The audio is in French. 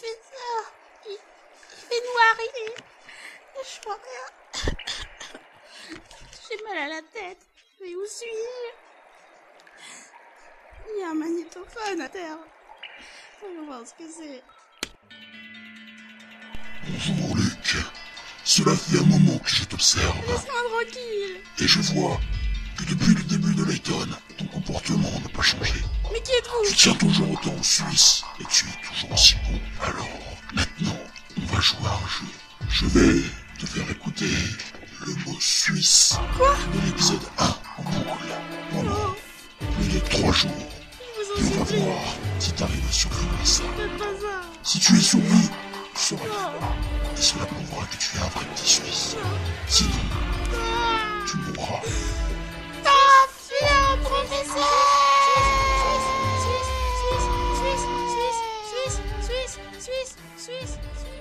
professeur, il, il fait noir, il est. Je crois bien. J'ai mal à la tête. Mais où suis-je Il y a un magnétophone à terre. Voyons voir ce que c'est. Bonjour Luc. Cela fait un moment que je t'observe Laisse-moi tranquille. et je vois que depuis le début de l'automne, ton comportement n'a pas changé. Mais qui êtes-vous Tu tiens toujours autant aux Suisses et tu es toujours aussi bon. Alors, maintenant, on va jouer à un jeu. Je vais te faire écouter le mot suisse de l'épisode 1 en boucle pendant Oh, plus de 3 jours. je vous Et on en va supplie. voir si t'arrives à survivre à ça. Faites pas ça. Si tu es survie, tu seras Non, libre. Et cela prouvera que tu es un vrai petit Suisse. non. Sinon, Ah, tu mourras. Ah, c'est un professeur Suisse, Suisse, Suisse, Suisse, Suisse, Suisse, Suisse, Suisse, Suisse, Suisse.